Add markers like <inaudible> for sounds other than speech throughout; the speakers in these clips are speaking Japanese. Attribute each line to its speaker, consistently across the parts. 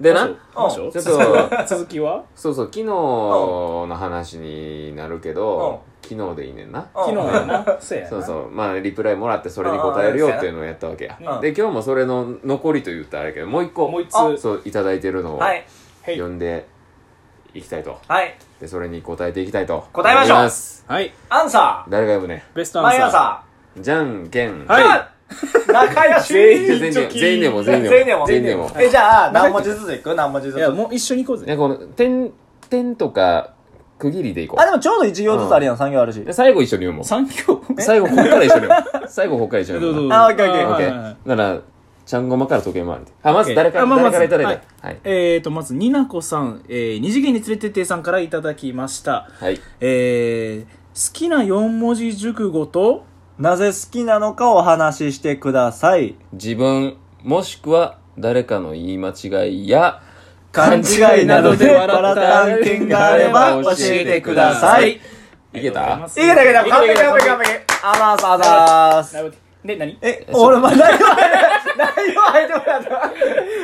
Speaker 1: でな、
Speaker 2: うん
Speaker 3: ちょっ
Speaker 1: ちょ
Speaker 3: と
Speaker 1: っと、
Speaker 2: 続きは
Speaker 1: そうそう、昨日の話になるけど、昨日でいいねんな。
Speaker 2: 昨日やなそうやな
Speaker 1: そうそう、まあ、リプライもらってそれに答えるよっていうのをやったわけや。
Speaker 2: うん
Speaker 1: で、今日もそれの残りと言ったらあれやけど、もう一個、
Speaker 2: もう一
Speaker 3: あ
Speaker 2: つ
Speaker 1: そう、いただいてるのを
Speaker 3: はい
Speaker 2: はい
Speaker 1: 読んでいきたいと。
Speaker 3: はい
Speaker 1: で、それに答えていきたいと。
Speaker 3: 答えましょう
Speaker 1: 思いす
Speaker 2: はい
Speaker 3: アンサ
Speaker 1: 誰が読むね。
Speaker 2: ベス
Speaker 3: ー
Speaker 2: トア
Speaker 3: マ
Speaker 2: ン
Speaker 3: イ
Speaker 2: サ
Speaker 3: ア
Speaker 2: ー
Speaker 3: ンサ
Speaker 1: じゃんけん。
Speaker 3: ー
Speaker 2: はい
Speaker 3: じゃあ仲良し
Speaker 2: 全員
Speaker 1: 全員でも、全員でも、全員でも。
Speaker 3: 全員でも
Speaker 1: 全員でも。
Speaker 3: えじゃあ何文字ずついく何文字ず
Speaker 2: いや
Speaker 3: つ
Speaker 2: もう一緒に行こう
Speaker 1: い
Speaker 2: ぜ
Speaker 1: やこの、点、点とか、区切りでいこ
Speaker 3: あでもちょうど一行ずつあるやん産業あるし
Speaker 1: う。で、最後一緒に読もう。
Speaker 2: 三強
Speaker 1: 最後、こっから一緒に読む。最後、こっから一緒に読む。
Speaker 3: あオッケーオッケ
Speaker 1: <laughs>
Speaker 3: ー
Speaker 1: オッケ
Speaker 2: はい
Speaker 1: ー。なら、ちゃんごまから時計回りで。あ、まず
Speaker 2: OK
Speaker 1: 誰から、
Speaker 2: あまあ
Speaker 1: 誰から
Speaker 2: ま
Speaker 1: いた
Speaker 2: ず
Speaker 1: だいたはい。
Speaker 2: えーと、まず、になこさん、えー、二次元に連れてってさんからいただきました。
Speaker 1: はい。
Speaker 2: えー、好きな四文字熟語と、
Speaker 3: なぜ好きなのかお話ししてください
Speaker 1: 自分、もしくは、誰かの言い間違いや、
Speaker 3: 勘違いなどで笑った案件があれば教えてください。
Speaker 1: いけた
Speaker 3: いけたいけた完璧完璧
Speaker 2: 完
Speaker 3: 完璧あざーすあざーす
Speaker 2: 璧で、何
Speaker 3: え、俺、ま、内容内容入ってもらった。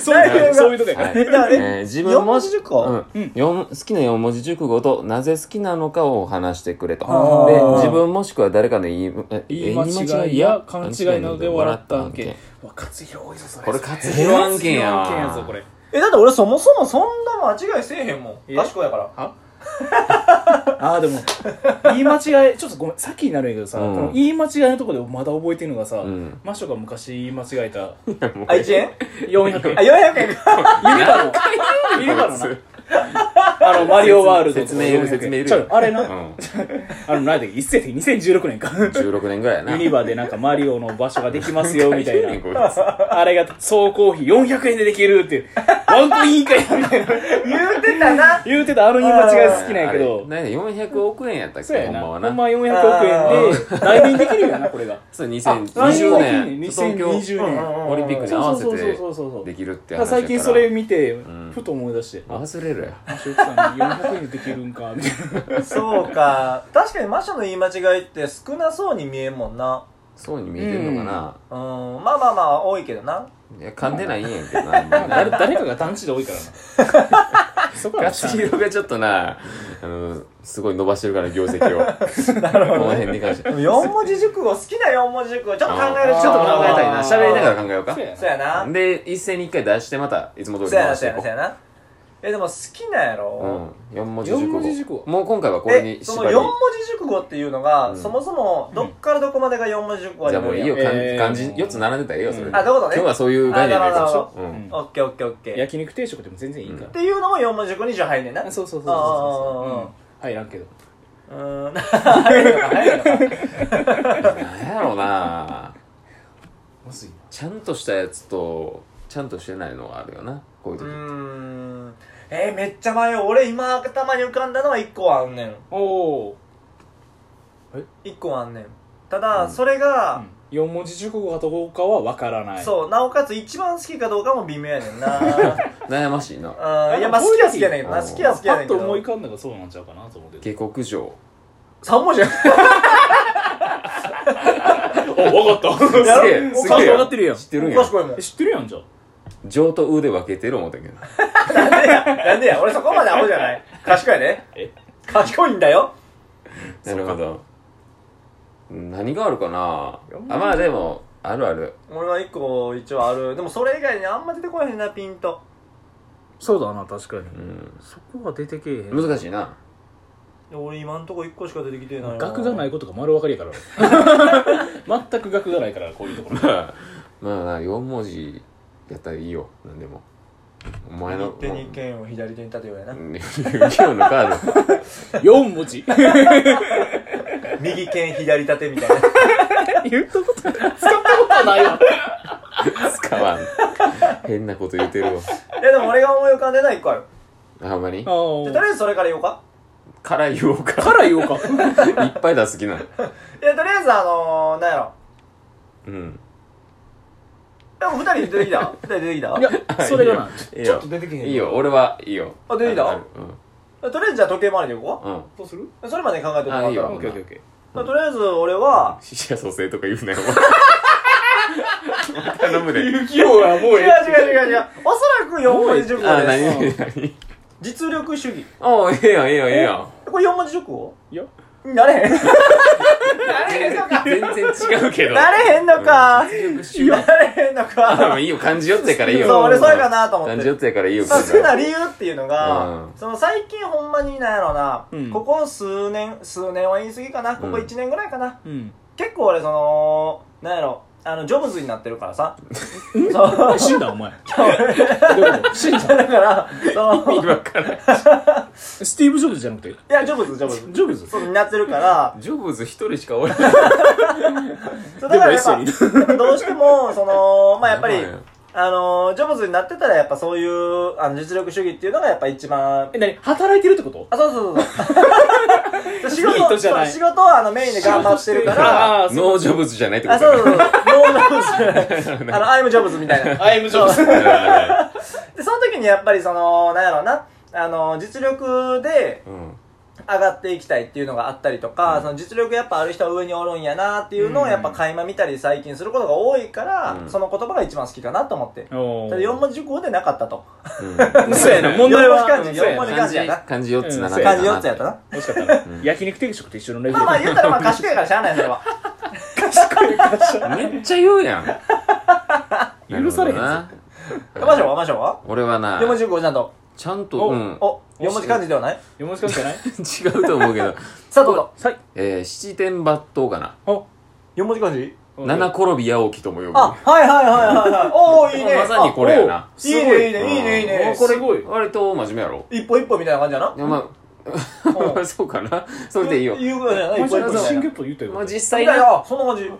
Speaker 2: そういうとこ
Speaker 3: 大丈夫
Speaker 2: そういうとこやか
Speaker 1: は
Speaker 2: ら。
Speaker 1: いえー自分
Speaker 3: 四
Speaker 1: も
Speaker 3: 文字熟語
Speaker 1: うん、四好きな4文字熟語となぜ好きなのかを話してくれと
Speaker 3: あ
Speaker 1: で
Speaker 3: ー
Speaker 1: 自分もしくは誰かの言いえ
Speaker 2: 言い間違いや勘違いなどで笑った案
Speaker 1: 勘
Speaker 2: 件
Speaker 1: 違いなどで笑。
Speaker 2: うわ、勝広多いぞ、それ。
Speaker 1: これ勝弘案件やわ
Speaker 2: 勝弘案件やぞ、これ。
Speaker 3: え、だって俺そもそもそんな間違いせえへんもん。
Speaker 2: え
Speaker 3: 賢いやから。
Speaker 2: ああ、でも、言い間違い、ちょっとごめん、さっきになるんやけどさ、
Speaker 1: うん
Speaker 2: この言い間違いのところでまだ覚えてるのがさ、
Speaker 1: ん
Speaker 2: マショが昔言い間違えた
Speaker 1: った案件
Speaker 3: あ、1円
Speaker 2: 400円
Speaker 3: あ、。400円か。
Speaker 2: いるだろう。いるだろうな。あの、マリオワールドの
Speaker 1: 説明いる説明いる
Speaker 2: ちょあれな、
Speaker 1: うん
Speaker 2: あの、なんだっけ、一世紀2016年か。
Speaker 1: 16年ぐらいやな
Speaker 2: ユニバでなんかマリオの場所ができますよ、み
Speaker 1: <laughs>
Speaker 2: たいな。
Speaker 1: こいつ
Speaker 2: あれが、総工費400円でできるっていう、ワンコインかや、みたいな。
Speaker 3: 言うてたな。
Speaker 2: 言うてたあの言い間違い好きなんやけ
Speaker 1: あれ
Speaker 2: ど。
Speaker 1: なんや400億円やったっ
Speaker 2: そう
Speaker 1: けほ
Speaker 2: や
Speaker 1: ん
Speaker 2: な。
Speaker 1: ま
Speaker 2: ほ
Speaker 1: は
Speaker 2: んま
Speaker 1: な
Speaker 2: 400億円で、来年できるよな、これが。
Speaker 1: そう
Speaker 2: 2020
Speaker 1: 2020
Speaker 2: 年
Speaker 1: 年東京
Speaker 2: 2020年。
Speaker 1: オリンピックに合わせ
Speaker 2: そうそうそうそうそう
Speaker 1: てできるって
Speaker 2: だ
Speaker 1: 話やか
Speaker 2: から
Speaker 1: ら
Speaker 2: 最近それ見て、
Speaker 1: ん
Speaker 2: ふと思い出して、あ、
Speaker 1: 忘れるや
Speaker 2: 塩木さん400円でできるんか、みたいな。
Speaker 3: そうか。確かに魔女の言い間違いって少なそうに見えんもんな。
Speaker 1: そうに見えてんのかな
Speaker 3: うん。まあまあまあ、多いけどな。
Speaker 1: いや噛んでないんやけどなあんまりな
Speaker 2: 誰誰かが団地で多いからな <laughs> そこは
Speaker 1: 勝弘がちょっとな、あの、すごい伸ばしてるから、業績を。この辺に関して。ちょっ
Speaker 3: 4文字熟語、好きな4文字熟語、ちょっと考える
Speaker 2: あー
Speaker 1: と考えたいな。
Speaker 2: あー
Speaker 1: 喋りながら考えようか
Speaker 2: そう。やな
Speaker 3: そうやな。
Speaker 1: で、一斉に一回出して、また、いつも通り
Speaker 3: そうやな、
Speaker 1: 回し
Speaker 3: そう
Speaker 1: ていこ
Speaker 3: やな、そうやな。え、でも好きなんや
Speaker 1: う。う
Speaker 3: ろ。
Speaker 1: ん。四文字熟
Speaker 2: 四
Speaker 1: 語。
Speaker 2: 文字熟語
Speaker 1: もう今回はこれ
Speaker 3: え、
Speaker 1: に
Speaker 3: そ
Speaker 1: 縛
Speaker 3: の
Speaker 1: り
Speaker 3: 4。文字熟語っていうのが、
Speaker 1: うん
Speaker 3: そもそもどっからどこまでが4文字熟語
Speaker 1: じゃ
Speaker 3: に
Speaker 1: あも
Speaker 3: なる
Speaker 1: うんいい
Speaker 3: や
Speaker 1: よ、漢
Speaker 2: えー
Speaker 1: 漢字4つ並んでたらええよ、それ。
Speaker 2: うん
Speaker 3: あどういうことね
Speaker 1: 今日はそういう概念でいこう
Speaker 3: あなるほ
Speaker 1: う
Speaker 2: どうん
Speaker 1: ん。
Speaker 3: オッケーオッケーオッケー。っ
Speaker 2: 焼肉定食でも全然いいか
Speaker 3: ていうのも4文字熟語にじゃ入んねんな。
Speaker 2: ら、そうそうそうそう
Speaker 3: あーあーあーあー
Speaker 2: そう入らんけど
Speaker 3: うーん。 <laughs> 入るのか入るの
Speaker 1: な
Speaker 3: か。
Speaker 1: んやろうな
Speaker 2: まずい
Speaker 1: ちゃんとしたやつと、ちゃんとしてないのがあるよな。こういう
Speaker 3: う
Speaker 1: 時。
Speaker 3: ーん。えー、めっちゃ迷う。俺今頭に浮かんだのは1個はあんねん。
Speaker 2: おお
Speaker 3: 1個はあんねん。ただ、それが、
Speaker 2: 4文字熟語かどうかは分からない
Speaker 3: そう、なおかつ一番好きかどうかも微妙やね
Speaker 2: <laughs>
Speaker 3: んな。
Speaker 1: 悩ましいな。
Speaker 3: うんいや、まあ好きは好きやねんけどな。
Speaker 1: うん
Speaker 3: 好きは好き
Speaker 2: パ
Speaker 3: やね
Speaker 2: ッ
Speaker 3: ん
Speaker 2: と
Speaker 3: け
Speaker 2: 思い浮
Speaker 3: ど。
Speaker 2: かんだがそうなんちゃうかなと思うけ
Speaker 1: 下克上。
Speaker 3: 3文字や
Speaker 2: どお分か <laughs> った
Speaker 1: すげ
Speaker 3: や
Speaker 1: え、
Speaker 3: ろ
Speaker 1: す
Speaker 2: ちゃん
Speaker 1: げ
Speaker 2: と
Speaker 1: え
Speaker 2: 分かってるやん
Speaker 1: 知
Speaker 3: <laughs>
Speaker 1: ってるんや。
Speaker 3: 賢いもん
Speaker 2: え。知ってるやんじゃん
Speaker 1: 上と上で分けてる思ったけど。
Speaker 3: なんでや、なんでや、俺そこまでアホじゃない。賢いね。
Speaker 2: <laughs> え
Speaker 3: 賢いんだよ。
Speaker 1: なるほど。何があるかな
Speaker 2: 四文字
Speaker 1: あ、まあでも、あるある。
Speaker 3: 俺は一個一応ある。でもそれ以外にあんま出てこへんな、ピンと。
Speaker 2: そうだな確かに
Speaker 1: うん。
Speaker 2: そこは出てけえへ
Speaker 1: 難しい
Speaker 2: <laughs>
Speaker 1: な。
Speaker 3: 俺今んとこ一個しか出てきてない。
Speaker 2: 学がないいことが丸分かりやから <laughs> 俺全く学がないからこういうところ
Speaker 1: まあな、4文字やったらいいよ。何でも。お前の。
Speaker 3: 右手に剣を左手に立てようやな
Speaker 1: う。ん今日のカード。
Speaker 2: 4文字
Speaker 3: 右剣左立てみたいな。
Speaker 2: <laughs> 言ったことない使ったこと <laughs> ないわ
Speaker 1: 使わん。変なこと言うてるわ。
Speaker 3: いやでも俺が思い浮かんでない一個ある。
Speaker 1: あほんまに
Speaker 2: あ
Speaker 3: じゃ
Speaker 2: ー
Speaker 3: あとりあえずそれから言おうか。
Speaker 1: から言おうか。
Speaker 2: から言おうか。
Speaker 3: <laughs>
Speaker 1: いっぱい出す気なの。
Speaker 3: いや、とりあえずあのー、なんやろ。
Speaker 1: うん。
Speaker 3: でも二人出てきた二人出てきた
Speaker 2: いや、それがな、
Speaker 1: いい
Speaker 3: ちょ
Speaker 1: よ
Speaker 3: っと。出てきへん。
Speaker 1: いい。よ、俺はいいよ。
Speaker 3: あ出てきた
Speaker 1: ある
Speaker 3: とりあえずじゃあ時計回りでいこ
Speaker 1: うん。うん。
Speaker 2: どうする
Speaker 3: うか。それまで考えても
Speaker 1: あ
Speaker 3: ら
Speaker 1: い
Speaker 3: っ
Speaker 1: い
Speaker 3: た
Speaker 1: よ
Speaker 3: ら
Speaker 2: オッケーオッケーオッケー。
Speaker 3: <laughs> まあとりあえず俺は、
Speaker 1: 死者蘇生とか言うなよ。頼むで。
Speaker 2: きようはも
Speaker 3: 違う違う違う違う。おそらく4文字熟
Speaker 1: あ、
Speaker 3: 語
Speaker 1: 何
Speaker 3: です。
Speaker 1: 何何
Speaker 3: 実力主義。
Speaker 1: おう、ええやん、ええやん、ええやん。
Speaker 3: これ4文字熟語
Speaker 2: いや
Speaker 3: なれへん。 <laughs> なれへん
Speaker 1: <laughs>
Speaker 3: のか。
Speaker 1: 全然違うけど。
Speaker 3: なれへんのか。
Speaker 1: 主義
Speaker 3: なれへんの
Speaker 1: あ、
Speaker 3: か。
Speaker 1: いいよ、感じよってからいいよ。
Speaker 3: そう、俺それかなと思って
Speaker 1: 感。じよってやからいいよ、
Speaker 3: まあ、好きな
Speaker 1: な
Speaker 3: 理由っていうのが、
Speaker 1: うん
Speaker 3: その最近ほんまになんやろな、
Speaker 2: うん
Speaker 3: ここ数年数年は言い過ぎかなここ
Speaker 1: うん
Speaker 3: 1年ぐらいかな、
Speaker 2: うん
Speaker 3: 結構俺そのなんやろあのジョブズになってるからさそう
Speaker 2: 死んだお前どういうこと死んだ
Speaker 3: だからそ
Speaker 2: <laughs>
Speaker 3: の
Speaker 1: 今から。
Speaker 2: スティーブ・ジョブズじゃなくて
Speaker 3: いやジョブズジョブズ
Speaker 2: ジョブズ
Speaker 3: そうになってるから
Speaker 1: ジョブズ一人しかおらない。
Speaker 3: そうだからやっ
Speaker 2: で
Speaker 3: ぱ
Speaker 2: も一
Speaker 3: やっぱどうしてもそのまあやっぱり
Speaker 1: やばいよ
Speaker 3: あのジョブズになってたらやっぱそういうあの実力主義っていうのがやっぱ一番
Speaker 2: え何働いてるってこと
Speaker 3: あそうそうそうそ
Speaker 2: <laughs>
Speaker 3: う仕
Speaker 2: ニート
Speaker 3: 事
Speaker 2: じゃ
Speaker 3: そ
Speaker 2: な
Speaker 3: う
Speaker 2: い
Speaker 3: 仕事はあのメインで頑張ってるから
Speaker 2: あー
Speaker 1: ノージョブズじゃないってこ
Speaker 3: あ、
Speaker 1: と
Speaker 3: そう
Speaker 1: だ
Speaker 3: そう <laughs> そう。ノージョブズ。あの、アイムジョブズみたい <laughs> な。
Speaker 2: アイム・ジョブズ
Speaker 1: な。
Speaker 3: で、その時にやっぱりその、なんやろうな、あの、実力で
Speaker 1: うん。
Speaker 3: 上がっていきたいっていうのがあったりとか、その実力やっぱある人は上におるんやなっていうのをやっぱ垣間見たり最近することが多いから、
Speaker 1: うん
Speaker 3: その言葉が一番好きかなと思って。
Speaker 2: お
Speaker 3: ただ4文字熟語でなかったと。
Speaker 1: うん
Speaker 2: そうやな問題は
Speaker 3: 四文字漢字
Speaker 2: そうやな
Speaker 3: 四文字
Speaker 1: 感じ感じ4つな
Speaker 3: 漢字4つやったな。
Speaker 2: 惜しかったな焼肉定食と一緒のレベ
Speaker 3: まあ
Speaker 2: ル <laughs>
Speaker 3: まあ言うたらまあ賢いからしゃあない、それは。
Speaker 1: めっちゃ言うやん
Speaker 2: 許されへんぞ
Speaker 1: なる
Speaker 3: マ
Speaker 1: ほ
Speaker 3: シ
Speaker 1: ど
Speaker 3: ョ
Speaker 1: な
Speaker 3: はマショは
Speaker 1: 俺はな
Speaker 3: ?4 文字熟語ちゃんと。
Speaker 1: ちゃんとうん
Speaker 3: お、4文字漢字ではない
Speaker 2: 4文字かじゃない
Speaker 1: 違うと思うけど <laughs>
Speaker 3: さあどうぞ。
Speaker 2: はい
Speaker 1: えー七点抜刀かな
Speaker 2: お
Speaker 3: 4文字漢字
Speaker 1: 七転び八起きとも呼ぶ
Speaker 3: あ、はいはいはいはいはい。おー、いいね。
Speaker 1: まさにこれやな
Speaker 3: あいいね、いいね、いいね、いいね。
Speaker 2: これすごい
Speaker 1: 割と真面目やろ
Speaker 3: 一歩一歩みたいな感じやな。
Speaker 1: でもまあ <laughs> そうかなそ <laughs> れでいいよ
Speaker 3: 言うことじゃない。
Speaker 2: マ
Speaker 3: 一歩
Speaker 2: ジで
Speaker 3: 一歩みたい
Speaker 2: 新
Speaker 3: な。
Speaker 2: 月歩言うた
Speaker 1: ま
Speaker 2: よ
Speaker 1: あ実
Speaker 3: い
Speaker 1: 際
Speaker 3: やい
Speaker 1: な
Speaker 3: や、そんな感じ。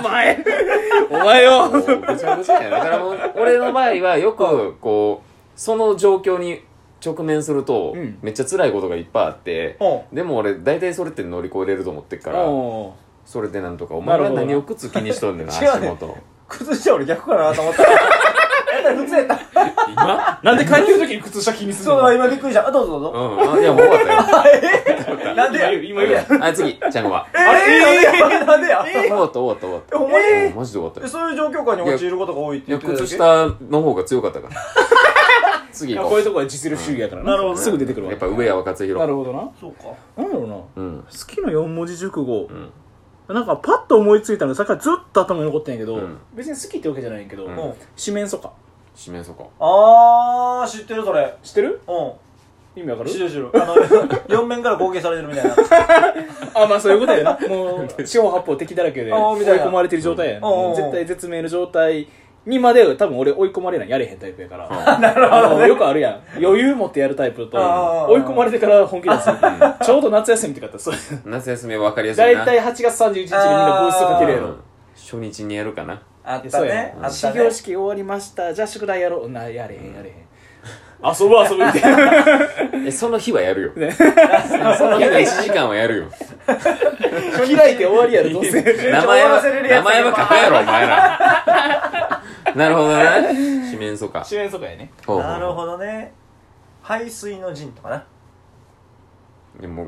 Speaker 2: お前お
Speaker 1: も
Speaker 2: 前よ
Speaker 1: うぐちゃぐちゃやだからもう俺の場合はよくこうその状況に直面すると
Speaker 2: うん
Speaker 1: めっちゃ辛いことがいっぱいあって
Speaker 3: うん
Speaker 1: でも俺大体それって乗り越えれると思ってっから
Speaker 2: お
Speaker 1: それでなんとかお前
Speaker 2: な
Speaker 1: は
Speaker 2: るほど
Speaker 1: 何を靴気にしとんねんな
Speaker 3: 違う
Speaker 1: 足
Speaker 3: ね
Speaker 1: 元
Speaker 3: 靴下俺逆かなと思った。 <laughs> やっぱり普通やった。
Speaker 1: 今
Speaker 2: ーなんで帰ってる時に靴下気にする
Speaker 3: そ
Speaker 2: の
Speaker 3: うだ、今びっくりした。あ、どうぞどうぞ。
Speaker 1: うんあいやもう終わっ
Speaker 3: なんでや。
Speaker 2: 今 <laughs> 言う
Speaker 1: たよはい次ちゃんは
Speaker 3: えー、なんでや。なんでや。
Speaker 1: 終わった終わった終わった
Speaker 3: ほんま
Speaker 1: うん
Speaker 3: に
Speaker 1: マジで終わったよ
Speaker 3: そういう状況下に陥ることが多いって
Speaker 1: いや
Speaker 3: 言ってただけ
Speaker 1: 靴下の方が強かったから <laughs> 次行
Speaker 2: こ
Speaker 1: こ
Speaker 2: ういう
Speaker 1: う
Speaker 2: とこは実力主義やからな
Speaker 3: なるほど
Speaker 2: すぐ出てくるわ
Speaker 1: やっぱ上山勝
Speaker 2: な
Speaker 1: 弘
Speaker 2: るほどな
Speaker 3: そうか。
Speaker 2: なんだろうな好
Speaker 1: うん
Speaker 2: きな四文字熟語
Speaker 1: うん
Speaker 2: なんかパッと思いついたのがさっきからずっと頭に残ってんやけど
Speaker 1: うん
Speaker 2: 別に好きってわけじゃないんやけど
Speaker 1: うん
Speaker 3: うん。
Speaker 2: 四面楚歌
Speaker 1: 締めそこ
Speaker 3: あー、知ってるそれ。
Speaker 2: 知ってる
Speaker 3: う
Speaker 2: 意味わか
Speaker 3: ん。知って
Speaker 2: る
Speaker 3: る知ってる。あの、4面 <laughs> から合計されてるみたいな。
Speaker 2: あまあそういうことや <laughs> なもう四方八方敵だらけで
Speaker 3: あー
Speaker 2: 追い
Speaker 3: みたいな
Speaker 2: 込まれてる状態やん
Speaker 3: うんうんうん
Speaker 2: 絶対絶命の状態にまで多分俺追い込まれないやれへんタイプやから
Speaker 1: なる
Speaker 2: あのよくあるやん余裕持ってやるタイプと
Speaker 3: あー
Speaker 2: 追い込まれてから本気出すちょうど夏休みってかったらそう
Speaker 1: 夏休みは分かりやすい
Speaker 2: 大
Speaker 1: な
Speaker 2: 体8月31日にみんなブーストかけるや
Speaker 1: う
Speaker 2: ろ
Speaker 1: ん初日にやるかな
Speaker 3: あった
Speaker 2: そう
Speaker 3: ね
Speaker 2: や。な
Speaker 3: あった
Speaker 2: 始
Speaker 3: ね
Speaker 2: 業。式終わりましたじゃあ宿題やろうなやれへんやれへん遊ぶ遊ぶってや
Speaker 1: えその日はやるよ <laughs> その日の1時間はやるよ
Speaker 2: 開いて終わりやろどうせ
Speaker 1: 名前
Speaker 3: 終わら
Speaker 1: は
Speaker 3: せれるや
Speaker 1: 名
Speaker 3: つ
Speaker 1: 前は書くやろお前らなるほどね四面楚歌
Speaker 2: 主演とかやね
Speaker 1: ほうう
Speaker 3: なるほどね。排水の陣とかな。
Speaker 1: でもう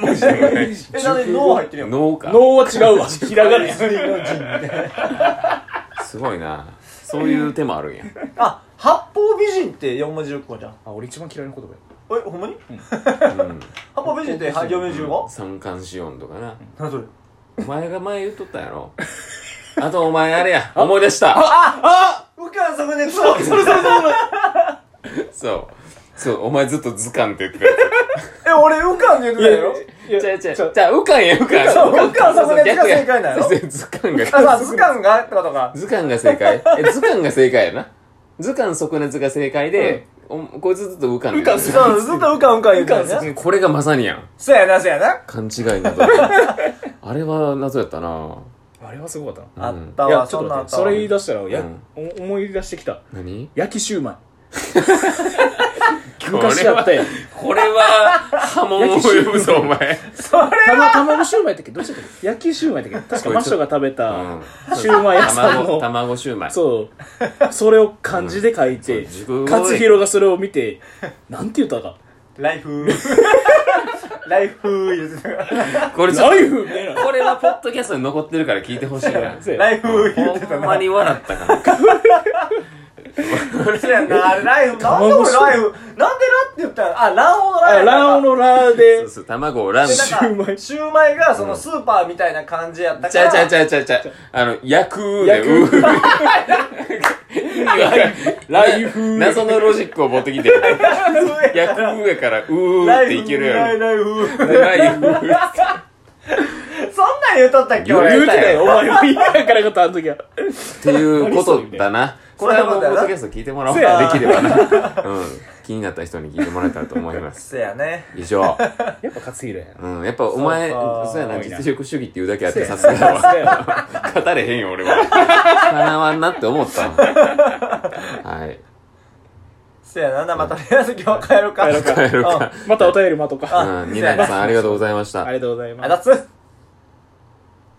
Speaker 1: 文字でもないし
Speaker 3: え、なんで脳入ってるやん。
Speaker 1: 脳か
Speaker 2: 脳は違うわひらがなや
Speaker 1: すごいなそういう手もあるんや
Speaker 3: あ、八方美人って4文字熟語じゃん。
Speaker 2: あ俺一番嫌いな言葉や
Speaker 3: え、ほんまに
Speaker 1: うん
Speaker 3: <laughs> 八方美人って4文字熟語
Speaker 1: 三寒四温とかな
Speaker 3: 何それ
Speaker 1: お前が前言っとったやろあとお前あれや思い出した
Speaker 3: ああうかんそこでそうそれそれそれ
Speaker 1: そうそうお前ずっと図鑑って言ってたや
Speaker 3: え、俺うかんって言ってたやろ
Speaker 1: つ
Speaker 3: <laughs>
Speaker 1: じゃあじゃあじゃあうかんやうかん
Speaker 3: そううかんそこで字が正解なんやろ
Speaker 1: そうそう図鑑
Speaker 3: あ、
Speaker 1: が
Speaker 3: さ、図鑑がってことか。
Speaker 1: 図鑑が正
Speaker 3: <laughs>
Speaker 1: 解え図鑑が正解やな図鑑即熱が正解で、おこいつずっとうかんでた
Speaker 2: うかんする
Speaker 3: そう、ずっとうかんうかん言ってたやな。
Speaker 1: これがまさにやん
Speaker 3: そうやな、そうやな。
Speaker 1: 勘違いなどあれは謎やったな
Speaker 2: あれはすごかった
Speaker 3: あ
Speaker 1: う
Speaker 3: っ
Speaker 1: ん
Speaker 3: た
Speaker 2: ないや
Speaker 3: わ、
Speaker 2: ちょ
Speaker 3: そ
Speaker 2: っと
Speaker 3: んなん
Speaker 2: 待
Speaker 3: あ
Speaker 2: っ
Speaker 3: ってた
Speaker 2: そ
Speaker 3: わ。
Speaker 2: れ言い出したらや
Speaker 1: うん
Speaker 2: お思い出してきた
Speaker 1: 何
Speaker 2: 焼きシューマイ
Speaker 1: これは
Speaker 2: 昔やったやん
Speaker 1: これは波紋を呼ぶぞお
Speaker 3: <laughs>
Speaker 1: 前
Speaker 3: それ
Speaker 2: たま卵シューマイだっけどっちだっけ焼きシューマイだっけ確かマショが食べた
Speaker 1: うん
Speaker 2: シューマイ屋さん
Speaker 1: 卵
Speaker 2: の
Speaker 1: 卵シューマイ
Speaker 2: そうそれを漢字で書い
Speaker 1: う
Speaker 2: て
Speaker 1: んそうすごい
Speaker 2: <laughs> 勝弘がそれを見てなんて言ったか
Speaker 3: ライフ。ライフ言うてた。
Speaker 1: これちょっ
Speaker 2: ナ
Speaker 1: と
Speaker 2: イフみたいな
Speaker 1: これはポッドキャストに残ってるから聞いてほしいな
Speaker 2: <laughs> そうや
Speaker 3: ライフ言うて
Speaker 1: ほ
Speaker 3: た
Speaker 1: んま
Speaker 3: な。
Speaker 1: に笑ったから
Speaker 3: そうやんな。あれライフ、なんで俺ライフ、なんでラって言ったら、あ、卵のラ
Speaker 2: あ
Speaker 3: イフ。
Speaker 2: ラオのラーで
Speaker 1: そうそう卵をラム
Speaker 3: で
Speaker 1: に
Speaker 3: なんか
Speaker 2: シューマイ
Speaker 3: シューマイがそのスーパーみたいな感じやった
Speaker 1: ち
Speaker 3: から。
Speaker 1: ゃうちゃうちゃうちゃうちゃうあの焼くで
Speaker 2: 焼く
Speaker 1: うー
Speaker 2: ライフ
Speaker 1: 謎のロジックを持ってきて
Speaker 3: う
Speaker 1: 焼くやからうー
Speaker 3: ラ
Speaker 1: って
Speaker 3: イ
Speaker 1: い
Speaker 3: フ
Speaker 1: けるやろ
Speaker 3: ライフ。そんな
Speaker 1: ライ
Speaker 3: ん
Speaker 1: フ
Speaker 3: 言うとったっけ
Speaker 1: 余
Speaker 2: 言う
Speaker 1: 裕
Speaker 2: て
Speaker 1: だ
Speaker 3: 俺。
Speaker 2: たよお前も言いながらかったあの時は
Speaker 1: っていうことだな。これはもう、ポッドキャスト聞いてもらおう
Speaker 2: そうや
Speaker 1: か。
Speaker 2: な
Speaker 1: できればな。うん。気になった人に聞いてもらえたらと思います。
Speaker 3: せやね。
Speaker 1: 以上。
Speaker 2: やっぱ勝弘やな
Speaker 1: うん。やっぱ、お前、
Speaker 3: そうか
Speaker 1: そうやな、
Speaker 2: 多いな
Speaker 1: 実力主義っていうだけあって、
Speaker 2: そう
Speaker 1: さ
Speaker 2: や
Speaker 1: すがだ
Speaker 2: さすが
Speaker 1: わ。
Speaker 2: やわ
Speaker 1: 語れへんよ、 <laughs> 俺は。叶わんなって思ったわ。はい。
Speaker 3: せやな。なまあとりあえず今日帰ろうか。
Speaker 2: 帰ろうか
Speaker 1: 帰ろうか
Speaker 3: ん。
Speaker 2: またお便り待とうか
Speaker 1: うん。ニナコさん、ありがとうございました
Speaker 2: あ。りがとうございま
Speaker 3: あ
Speaker 2: す
Speaker 3: だつ。